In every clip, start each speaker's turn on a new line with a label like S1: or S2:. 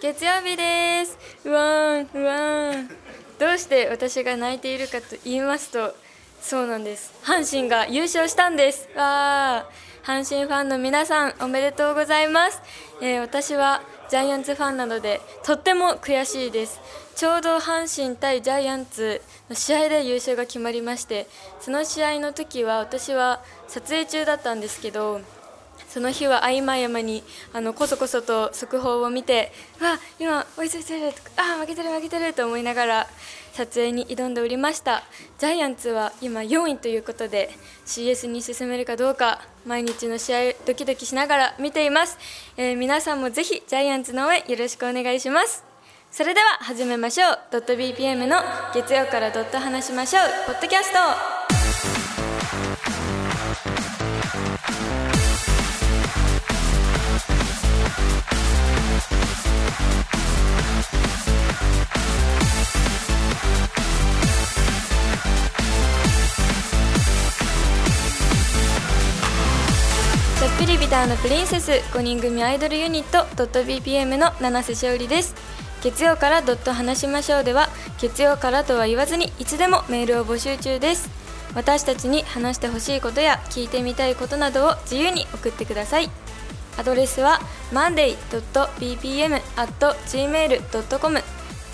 S1: 月曜日ですうわーんうわーんどうして私が泣いているかと言いますとそうなんです阪神が優勝したんですわー阪神ファンの皆さんおめでとうございます、えー私はジャイアンツファンなのでとっても悔しいですちょうど阪神対ジャイアンツの試合で優勝が決まりましてその試合の時は私は撮影中だったんですけどその日は合間合間にあのこそこそと速報を見て「うわ今追いついてる」とか「あー負けてる負けてる」と思いながら撮影に挑んでおりましたジャイアンツは今4位ということで CS に進めるかどうか毎日の試合ドキドキしながら見ています、えー皆さんもぜひジャイアンツの応援よろしくお願いしますそれでは始めましょうドット .bpm の「月曜からドット話しましょう」ポッドキャストちょっぴりビターのプリンセス5人組アイドルユニットドット .bpm の七瀬勝利です月曜からドット話しましょうでは月曜からとは言わずにいつでもメールを募集中です私たちに話してほしいことや聞いてみたいことなどを自由に送ってくださいアドレスは monday.bpm.gmail.com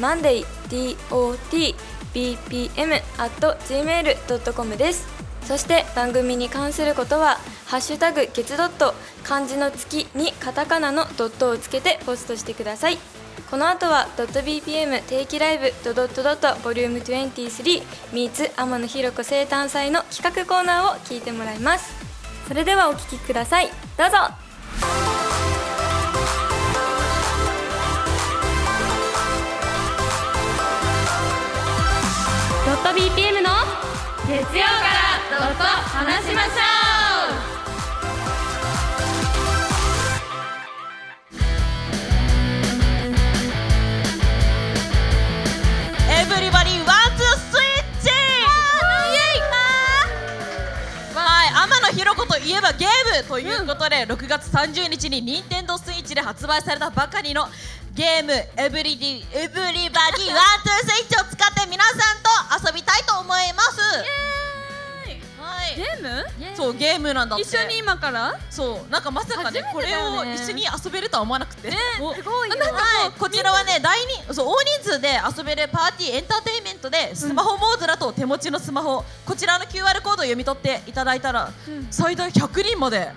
S1: monday.dotbpm.gmail.com ですそして番組に関することは「ハッシュタグ月ドット」漢字の月にカタカナのドットをつけてポストしてくださいこの後はドット .bpm 定期ライブドドットドットボリューム23 meets 天野ひろ子生誕祭の企画コーナーを聞いてもらいますそれではお聞きくださいどうぞドット .bpm の
S2: 月曜からドット話しましょ
S3: エブリバディワンツースイッチはい天野ひろ子といえばゲームということで、6月30日に任天堂スイッチで発売されたばかりのゲームエブリディエブリバディワンツースイッチを使って皆さんと遊びたいと思いますはい
S2: ゲーム
S3: そうゲームなんだって
S2: 一緒に今から
S3: そうなんかまさかね
S2: 初
S3: こ
S2: めて
S3: れ
S2: だよ
S3: を
S2: ね
S3: 一緒に遊べるとは思わなくて、お
S2: ごいよ
S3: なんかもうこちらはね大人そう大人数で遊べるパーティーエンターテインメントでスマホモードだと手持ちのスマホこちらの QR コードを読み取っていただいたら
S2: ん
S3: 最大100人まで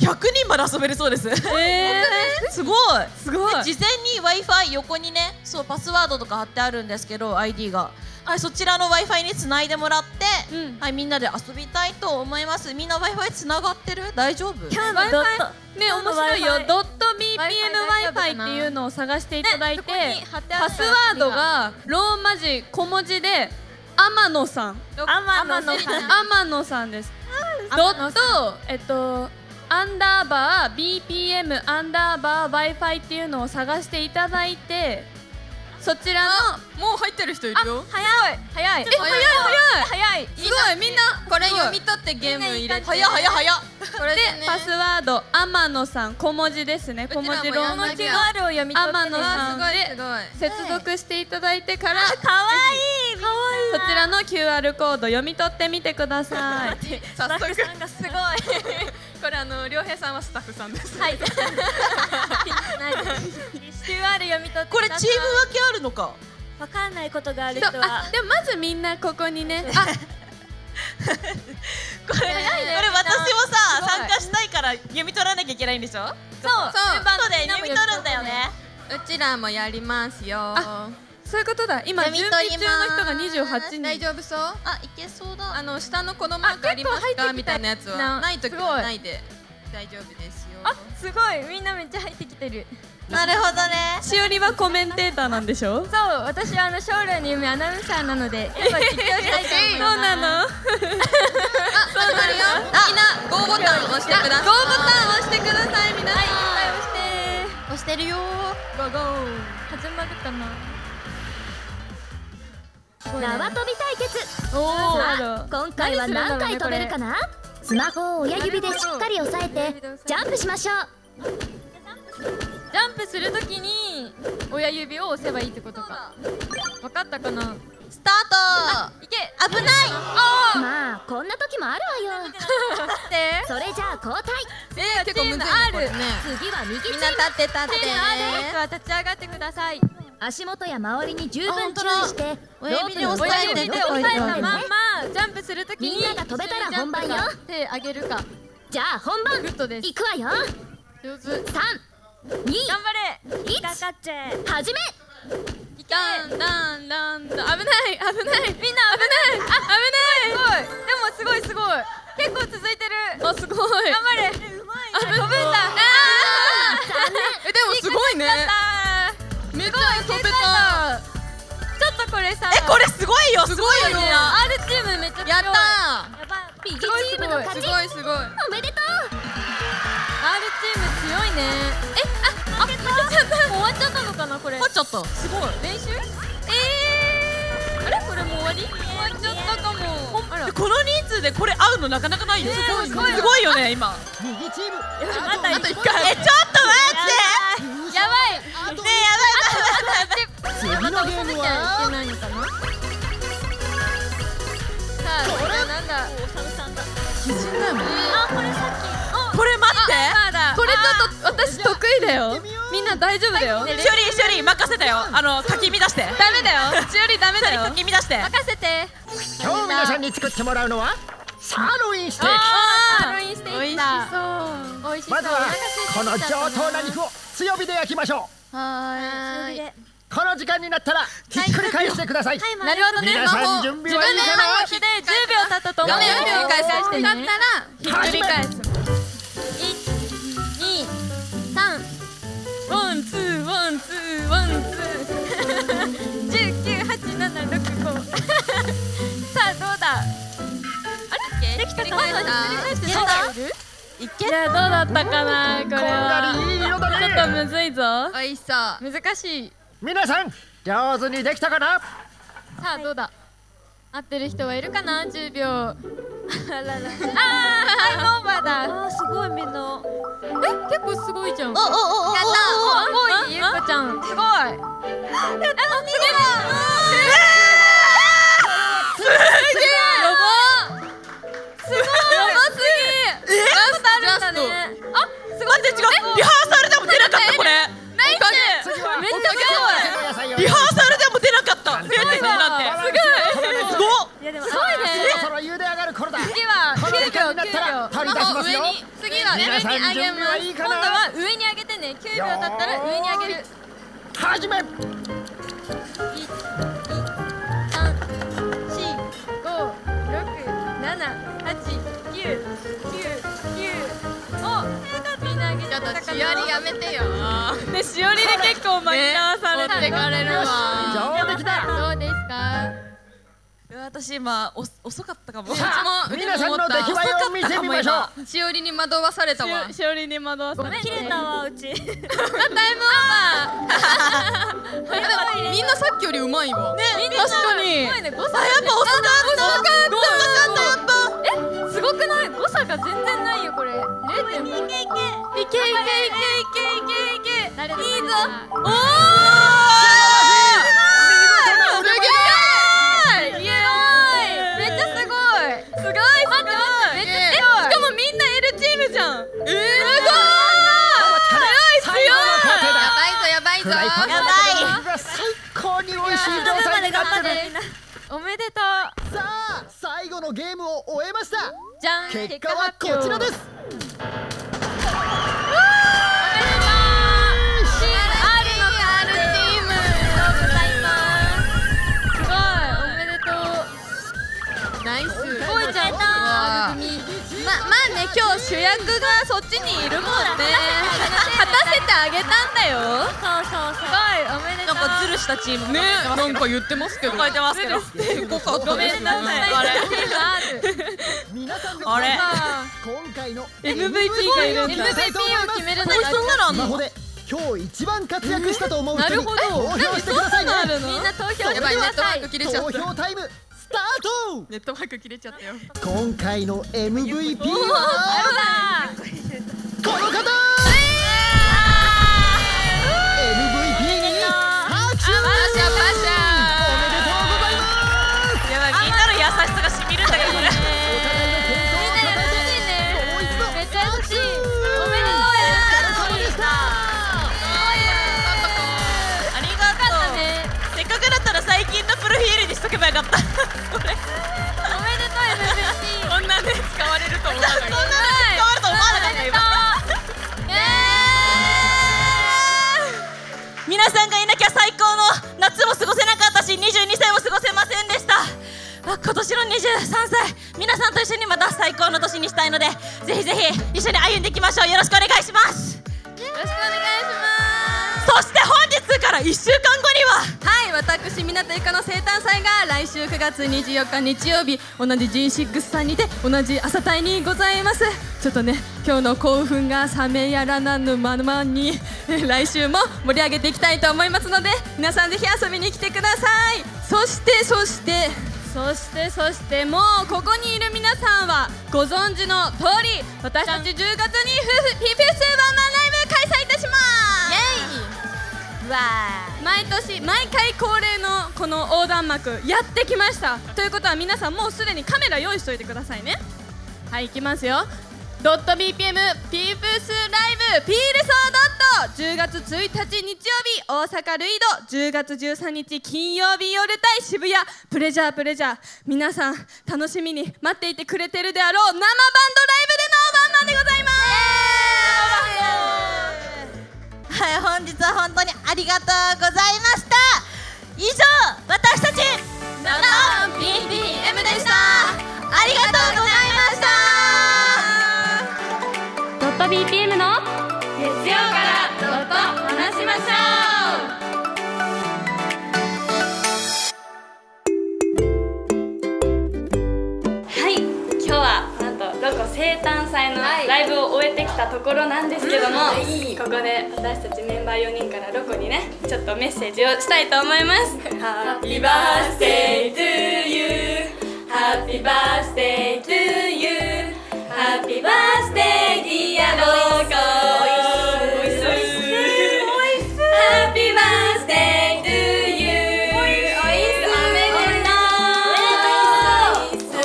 S3: 100人まで遊べるそうです。
S2: え
S3: すごい
S2: すごい
S3: で事前に w i f i 横にねそうパスワードとか貼ってあるんですけど ID が、はい、そちらの w i f i につないでもらって、
S2: うん
S3: はい、みんなで遊びたいと思いますみんな w i f i つながってる大丈夫
S2: ー Wi-Fi ね面白いよドット BPMWiFi っていうのを探していただいて
S1: ねそこに貼ってある
S2: パスワードがローマ字小文字で天野さん
S1: 天野さん
S2: 天野さんですドットえっとアンダーバー BPM アンダーバー Wi-Fi っていうのを探していただいてそちらの
S3: もう入ってる人いるよ
S1: 早い早い
S2: え早い早い
S1: 早い
S2: すごいみんな
S4: これ読み取ってゲーム入れて
S3: 早早早
S4: これ
S2: で
S4: で
S2: パスワード天野さん小文字ですね小文字
S4: うち
S2: ロ
S4: ら
S2: ー
S4: もや
S2: マ
S4: んな
S2: 字
S4: きゃ
S2: が
S1: QR を読み取って
S2: 天野さ
S4: す
S2: ん
S4: ごい
S2: です
S4: ごい
S2: 接続していただいてから
S1: かわいいかわ
S2: そちらの QR コード読み取ってみてください
S4: 早速
S1: いさんがすごいはい
S4: これあの良平さんはスタッフさんです
S1: ない QR 読み取って
S3: これチーム分けあるのか
S1: わかんないことがある
S2: そ
S1: 人
S2: うあ
S1: は
S2: でもまずみんなここにね
S3: こ
S2: あ
S3: れこれ私もさ参加したいから読み取らなきゃいけないんでしょ
S4: そうそう
S3: そうだよ読み取るんだよね
S4: うちらもやりますよ
S2: そういうことだ今
S4: 読み
S2: 準
S4: 取り
S2: 備中
S4: ます
S2: の人が28人
S4: 大丈夫そう
S3: あいけそうだ
S4: あの下のこのマークあります
S2: あ結構入ってきた
S4: かみたいなやつ
S2: な
S4: はないとき
S2: すごい
S4: はないで大丈夫ですよ
S1: あすごいみんなめっちゃ入ってきてる
S3: なるほどね
S2: しおりはコメンテーターなんでしょそう
S1: そう私はあの将来の夢アナウンサーなのでやっぱ実況した いと思います
S2: なの
S4: あ始まるよみんな GO ボタンを押してください GO ボタンを押してくださいみんな
S1: はい押
S4: 押してるよ
S1: して始まるかな
S5: 縄跳び対決
S2: おお
S5: さあ今回は何回跳べるかなスマホを親指でしっかり押さえてジャンプしましょう
S1: ジャンプするときに
S2: に親指を押せばいいってことか分かったかな
S3: スター
S2: いけ
S3: ト危ない
S5: まあこんな時もあるわよ
S2: って
S5: それじゃあ交代
S2: え
S4: 結構むずいねこれね
S5: 次は右チー
S3: み
S5: ム
S3: んな立って立っ
S2: 手
S3: て
S2: のある人は立ち上がってください
S5: 足元や周りに十
S3: あ
S5: 分
S3: 本
S5: 注
S3: 当だ
S5: 意して
S3: 親指で押さえて
S5: ロ
S2: 手を
S5: ープ
S2: 押
S5: に
S2: さ
S5: 覚
S2: え
S5: え
S2: た
S5: て
S2: ま
S5: おい
S2: んま
S5: てね
S2: ジャンプするときに
S5: みんなが飛べたら本番よ
S2: 手あげるか
S5: じゃあ本番
S2: グッドです
S5: いくわよ
S2: 上手頑
S5: 321
S2: 張れ
S5: 始め
S2: いけダンダンダンダン危ない危ないみんな危ないあ危ないすごいでもすごいすごい結構続いてるあすごい頑張れあ飛ぶんだあ
S4: えでもすごいね
S2: あ
S4: めっちゃ飛べた
S2: ちょっとこれさ
S3: えこれすごいよすごいよみんな
S2: R チームめっちゃ強い
S3: やった
S5: 右チームの勝ち
S4: すごいすごい
S5: おめでと
S2: R チーム強いねえああ負けちゃった終わっちゃったのかなこれ
S3: ーもうちょっとすごい
S2: 練習えー、あれこれもう終わり終わっちゃったかもあら
S3: でこの人数でこれ合うのなかなかないよ
S2: ねえ
S3: す
S2: す
S3: ご
S2: ご
S3: い
S2: い
S3: すごいよね今
S2: あと1
S3: えちょっと待って
S2: やば
S3: ねえ
S2: い次のゲームはないのかなさあこれなんだ
S3: やばいこれ待って
S2: まだ
S4: これちょっと私得意だよみんな大丈夫だよ
S2: ね
S3: シュリーシュリー任せたよあのかき乱して
S4: ダメだよしおりダメ
S3: シュ
S4: だ
S3: リー
S4: よ
S3: かき乱して
S2: 任せて
S6: 今日皆さんに作ってもらうのはサーロインステーキ
S2: サーロインしていった美味しそう
S6: まずはこの上等な肉を強火で焼きましょ
S2: はーい
S6: いうこの時間になったらひっくり返してください
S2: なるほどね
S6: 皆さん準備はいいか
S2: 自分
S6: な
S2: で早押しで10秒経ったと思
S4: 画
S2: う
S4: 面を繰り返してね
S2: だったらひっくり返す一、二、三。ワンツーワンツーワンツー十九八七六五さあどうだあれできたかな
S4: ひっくり
S2: いけじゃあどうだったかなこれ
S6: こんが
S2: は
S6: りいい
S2: ちょっと
S6: 色だね
S2: むずいぞ
S4: おいしそう
S2: 難しい
S6: 皆さん上手にできたかな
S2: さあどうだ合ってる人はいるかな10秒あら らあータイムオーバーだあすごいみんなえ結構すごいじゃん
S3: おおおおお
S2: やったすごいゆうこちゃんすごいやったすごいすげえやばすごいやばすぎラストあるんだねあすごい
S3: 待って違うリハーサルでも出なかったこれ
S2: ナイス
S6: 次は
S2: めっちゃすご
S6: 野菜を
S3: リハーサルでも出なか った増えてるなんてすごっ
S2: いすごい
S6: そ
S2: ね
S6: ろそろ茹で上がる頃だ
S2: 次は
S6: この時間になっ
S2: 9秒
S6: たら
S2: 9秒
S6: 取り出しますよ
S2: 次は上に
S6: 皆さん
S2: 上げ
S6: 準
S2: ま
S6: 備はいい
S2: す
S6: か
S2: 今
S6: な
S2: 度は上に上げてね9秒経ったら上に上げる
S6: 始
S2: 三、
S6: め
S2: 四、五、六、七、八、九、九、九。 お、みんな上げて
S4: ちょ
S2: た
S4: っ
S2: かな。
S4: としおりやめてよ
S2: ね、しおりで結構巻き回され
S4: 持
S2: た
S4: ってかれるわ
S6: 上出来だ
S2: どうですか。
S3: 私今お遅かったかも
S6: さあ
S4: うちも
S6: 皆さんの出来栄えを見てみましょう
S4: しおりに惑わされたわ
S2: しおりに惑わされた。
S1: 切れたわうち
S4: タイムオーバーみんなさっきよりうまいわ
S2: 確かに。すごいね、誤差
S3: あやっぱ遅かった遅かったやっぱ
S2: え、すごくない、誤差が全然ないよ、これ。零点いけいけ。いけいけいけいけいけいけ。誰いいぞ。
S3: おー
S2: すごいイエーイめっちゃすごいすごいすごいめっちゃすごいしかもみんな L チームじゃんえー、すごい
S6: 最後の工程だ
S4: やばいぞ
S6: フ
S4: やば
S6: ライ
S4: い
S6: パン
S4: ぞ
S6: の
S3: や
S6: が最高に美味しい状態になってる
S2: おめでとう
S6: さあ最後のゲームを終えました
S2: じゃん
S6: 結果はこちらです
S2: チーム R の R チームありがとうございます
S4: ナイスす
S2: すごいおめでとうすごいじゃん
S4: ままあね今日主役がそっちにいるもんね果たせてあげたんだよ
S2: そうそうそうすごいおめでと
S3: なん
S2: う
S3: かズルしたチーム
S4: ねなんか言ってますけど
S3: 書いてますけど
S4: ごかったですね
S3: あれ
S2: チーム R
S6: 皆さんで
S3: あれ
S6: 今回の
S2: MVP がいるんだ MVP を決めるのが
S3: そんなのあ
S6: ス
S3: ん
S6: マホ
S3: の
S6: で今日一番活躍したと思う
S2: な
S6: 人
S2: る
S6: に
S2: ほ
S6: 投
S2: ど
S6: 票してくださいね
S2: みんな投票して
S4: や
S2: く
S4: ば
S2: だ
S4: いネットワ
S2: さ
S4: ー
S2: い
S4: ク切れちゃっ
S6: 投
S4: た
S6: 票タイムスター
S4: ネットワーク切れちゃったよ
S6: ト今回の MVP はこの方 MVP
S7: おめでとう
S3: なかったこれ
S7: MVP
S2: こんなね使われると思わな
S3: そんなの使われ
S2: かっ
S3: ると思わなかった今皆さんがいなきゃ最高の夏も過ごせなかったし22歳も過ごせませんでしたあ今年の23歳皆さんと一緒にまた最高の年にしたいのでぜひぜひ一緒に歩んでいきましょうよろしくお願いします
S7: よろしくお願いします
S3: そして本日から1週間後には
S2: はい私港ゆかの生誕祭が来週9月24日日曜日同じ G6 さんにて同じ朝帯にございますちょっとね今日の興奮が冷めやらなぬままに えー来週も盛り上げていきたいと思いますので皆さんぜひ遊びに来てくださいそしてそしてそしてそしてもうここにいる皆さんはご存知の通り私たち10月に夫婦ピフェスワンマンライブ開催いたします毎年毎回恒例のこの横断幕やってきましたということは皆さんもうすでにカメラ用意しておいてくださいねはい行きますよドット BPM ピープスライブピールソードット10月1日日曜日大阪ルイド10月13日金曜日夜対渋谷プレジャープレジャー皆さん楽しみに待っていてくれてるであろう生バンドライブでのワンマンでございます
S3: はい、本日は本当にありがとうございました以上、私たちナナ BPM でしたありがとうございました
S1: ドット BPM の
S7: 月曜からドット話しましょう
S1: はい、今日はなんとロコ生誕祭のライブを終えてきたところなんですけども、ここで私たちメンバー4人からロコにねちょっとメッセージをしたいと思います Happy birthday to you Happy birthday to you Happy birthday dear ロコおいしそうおいしそうおいしそう Happy birthday to you おいしおめでとうお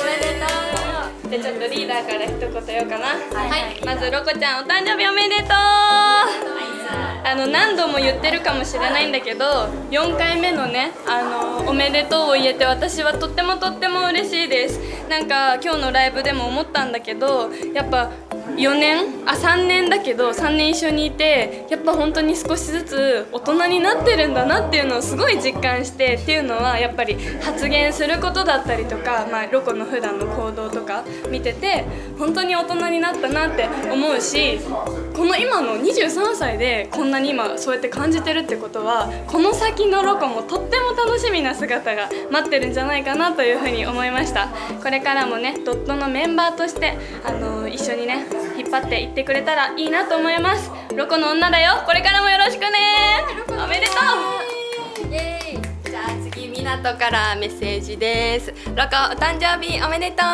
S1: めでとうじゃあちょっとリーダーから一言言おうかなはい、まずロコちゃんお誕生日おめでとうあの何度も言ってるかもしれないんだけど4回目のねあのおめでとうを言えて私はとってもとっても嬉しいですなんか今日のライブでも思ったんだけどやっぱ4年あ3年だけど3年一緒にいてやっぱ本当に少しずつ大人になってるんだなっていうのをすごい実感してっていうのはやっぱり発言することだったりとか、まあ、ロコの普段の行動とか見てて本当に大人になったなって思うしこの今の23歳でこんなに今そうやって感じてるってことはこの先のロコもとっても楽しみな姿が待ってるんじゃないかなというふうに思いましたこれからもねドットのメンバーとしてあの一緒にね引っ張っていってくれたらいいなと思いますロコの女だよこれからもよろしくねおめでとう
S8: イエーイじゃあ次みなとからメッセージですロコお誕生日おめでとう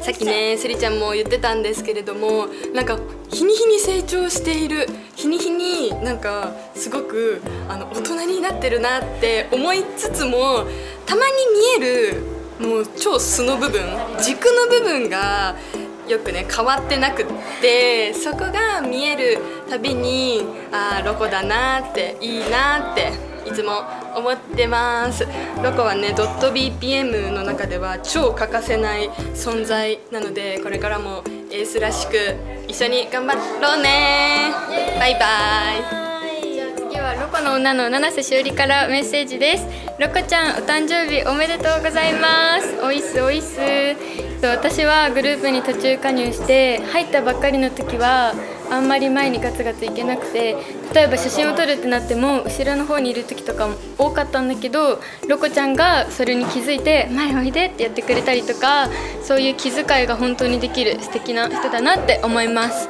S8: さっきねスリちゃんも言ってたんですけれどもなんか日に日に成長している日に日になんかすごくあの大人になってるなって思いつつもたまに見えるもう超素の部分軸の部分がよくね変わってなくってそこが見えるたびにあーロコだなーっていいなーっていつも思ってますロコはねドット .bpm の中では超欠かせない存在なのでこれからもエースらしく一緒に頑張ろうねーバイバイ
S1: じゃあ次はロコの女の七瀬しおりからメッセージですロコちゃんお誕生日おめでとうございますおいっすおいっすえっと私はグループに途中加入して入ったばっかりの時はあんまり前にガツガツいけなくて例えば写真を撮るってなっても後ろの方にいる時とかも多かったんだけどロコちゃんがそれに気づいて「前おいで」ってやってくれたりとかそういう気遣いが本当にできる素敵な人だなって思います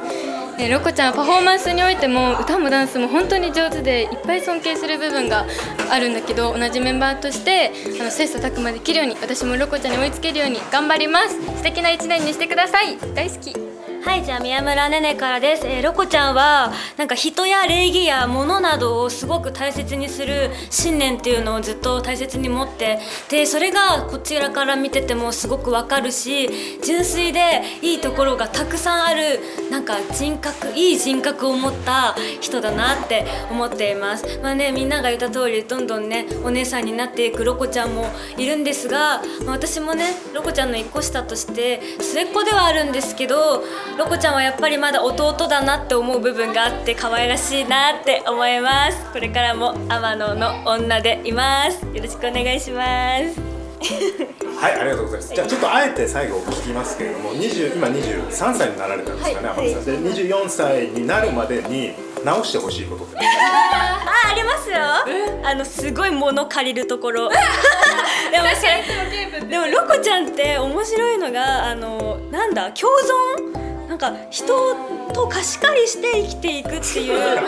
S1: えーロコちゃんはパフォーマンスにおいても歌もダンスも本当に上手でいっぱい尊敬する部分があるんだけど同じメンバーとしてあの切磋琢磨できるように私もロコちゃんに追いつけるように頑張ります素敵な一年にしてください大好き
S9: はい、
S8: はいじゃあ宮村ねねからです、えーロコちゃんはなんか人や礼儀や物などをすごく大切にする信念っていうのをずっと大切に持ってでそれがこちらから見ててもすごくわかるし純粋でいいところがたくさんあるなんか人格いい人格を持った人だなって思っていますまあねみんなが言った通りどんどんねお姉さんになっていくロコちゃんもいるんですが、まあ、私もねロコちゃんの一個下として末っ子ではあるんですけどロコちゃんはやっぱりまだ弟だなって思う部分があって可愛らしいなって思いますこれからも天野の女でいますよろしくお願いします
S10: はい、ありがとうございます。じゃあちょっとあえて最後聞きますけれども、20今23歳になられたんですかね、天野さん。で24歳になるまでに直してほしいことって。
S8: あありますよあのすごい物借りるところ でも確かでもロコちゃんって面白いのがあのなんだ共存なんか人と貸し借りして生きていくっ ていう多分兄弟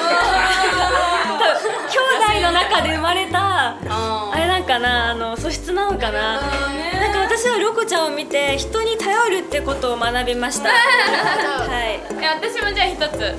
S8: の中で生まれたあれなんかなあの素質なのかななんか私はロコちゃんを見て人に頼るってことを学びま した、はい、
S2: いや私もじゃあ一つ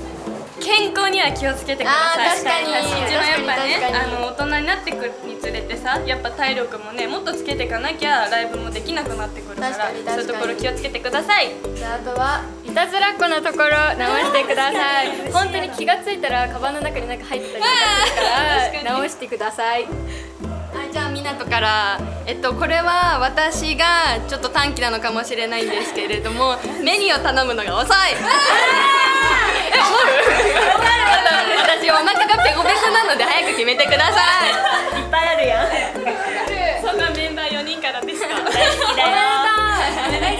S2: 健康には気をつけてください
S11: あー確かに
S2: 一番やっぱね
S11: 確かに
S2: あの大人になってくにつれてさやっぱ体力もねもっとつけていかなきゃライブもできなくなってくるから
S11: 確かに確かに
S2: そういうところ気をつけてください
S11: じゃああとはいたずらっ子のところ直してください本当に気がついたらカバンの中になんか入ってたりとかするから直してくださいはいじゃあみなとからえっとこれは私がちょっと短期なのかもしれないんですけれどもメニューを頼むのが遅いえ思う私お腹がペコペコなので早く決めてください
S8: いっぱいあるやん
S2: そんなメンバー4人からですか
S8: 好きだよ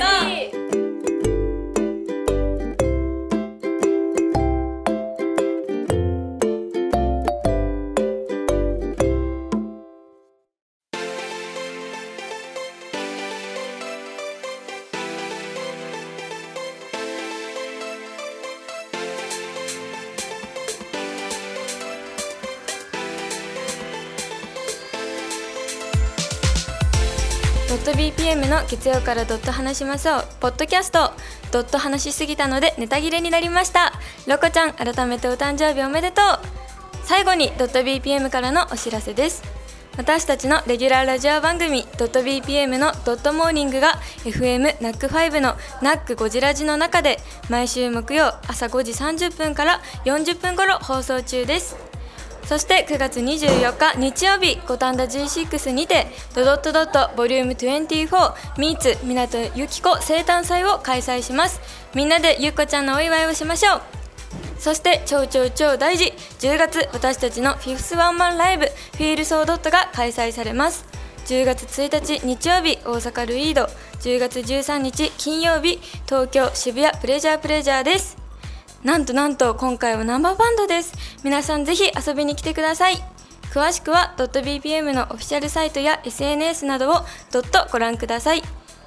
S1: ドット BPM の月曜からドット話しましょうポッドキャストドット話しすぎたのでネタ切れになりましたロコちゃん改めてお誕生日おめでとう最後にドット BPM からのお知らせです私たちのレギュラーラジオ番組ドット BPM のドットモーニングが FM ナック5のナックゴジラジの中で毎週木曜朝5時30分から40分頃放送中ですそして9月24日日曜日五反田 G6 にてドドットドットボリューム24ミーツ港由紀子生誕祭を開催しますみんなでゆっこちゃんのお祝いをしましょうそして超超超大事10月私たちのフィフスワンマンライブフィールソードットが開催されます10月1日日曜日大阪ルイード10月13日金曜日東京渋谷プレジャープレジャーですなんとなんと今回はナンバーバンドです皆さんぜひ遊びに来てください詳しくは .bpm のオフィシャルサイトや SNS などをドットご覧ください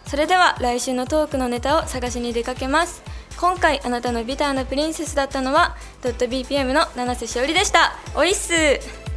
S1: それでは来週のトークのネタを探しに出かけます今回あなたのビターなプリンセスだったのは .bpm の七瀬しおりでしたおいっすー